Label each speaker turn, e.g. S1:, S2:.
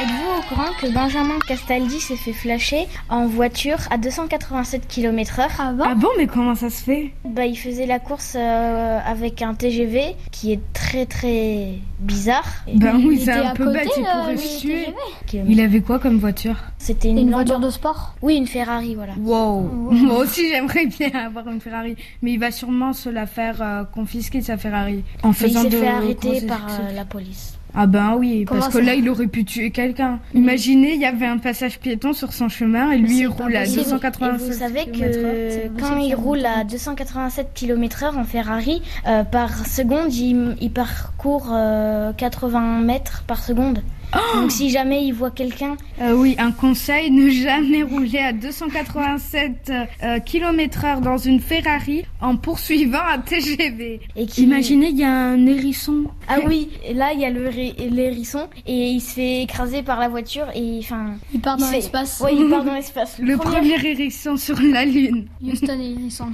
S1: Êtes-vous au courant que Benjamin Castaldi s'est fait flasher en voiture à 287 km/h
S2: Ah
S3: Ah bon, mais comment ça se fait
S1: Bah, il faisait la course euh, avec un TGV qui est très très bizarre.
S3: Ben oui,
S2: il
S3: c'est
S2: était
S3: un
S2: à
S3: peu
S2: côté,
S3: bête, il
S2: euh,
S3: pourrait
S2: mais il
S3: se
S2: était
S3: tuer.
S2: jamais.
S3: Il avait quoi comme voiture
S1: C'était une,
S2: Une
S1: Lambo-
S2: voiture de sport
S1: Oui, une Ferrari, voilà.
S3: Wow
S2: Wow.
S3: Moi aussi, j'aimerais bien avoir une Ferrari. Mais il va sûrement se la faire euh, confisquer, sa Ferrari. En
S1: Mais il
S3: faisant
S1: s'est
S3: de
S1: fait arrêter
S3: grosses
S1: par
S3: excès.
S1: euh, la police.
S3: Ah ben oui,
S2: Comment
S3: parce que
S2: ça
S3: là, il aurait pu tuer quelqu'un. Imaginez, il y avait un passage piéton sur son chemin et lui,
S2: c'est
S3: il
S2: pas
S3: roule à
S1: Et
S2: possible.
S1: vous-
S3: 287
S1: et Vous savez
S3: km/h.
S1: que
S2: c'est
S1: quand il
S2: impossible.
S1: roule à 287 km/h en Ferrari, euh, par seconde, il, il parcourt euh, 80 mètres par seconde.
S3: Oh
S1: Donc si jamais il voit quelqu'un,
S3: Euh, oui, un conseil, ne jamais rouler à 287 km/h euh, dans une Ferrari en poursuivant un TGV.
S1: et qu'il...
S3: Imaginez, il y a un hérisson.
S1: Ah oui, et là il y a le ré- l'hérisson et il se fait écraser par la voiture et enfin...
S2: Il part
S1: il
S2: dans
S1: se fait-
S2: l'espace.
S1: Ouais, il part dans l'espace.
S3: Le premier hérisson sur la Lune.
S2: Houston et Hérisson.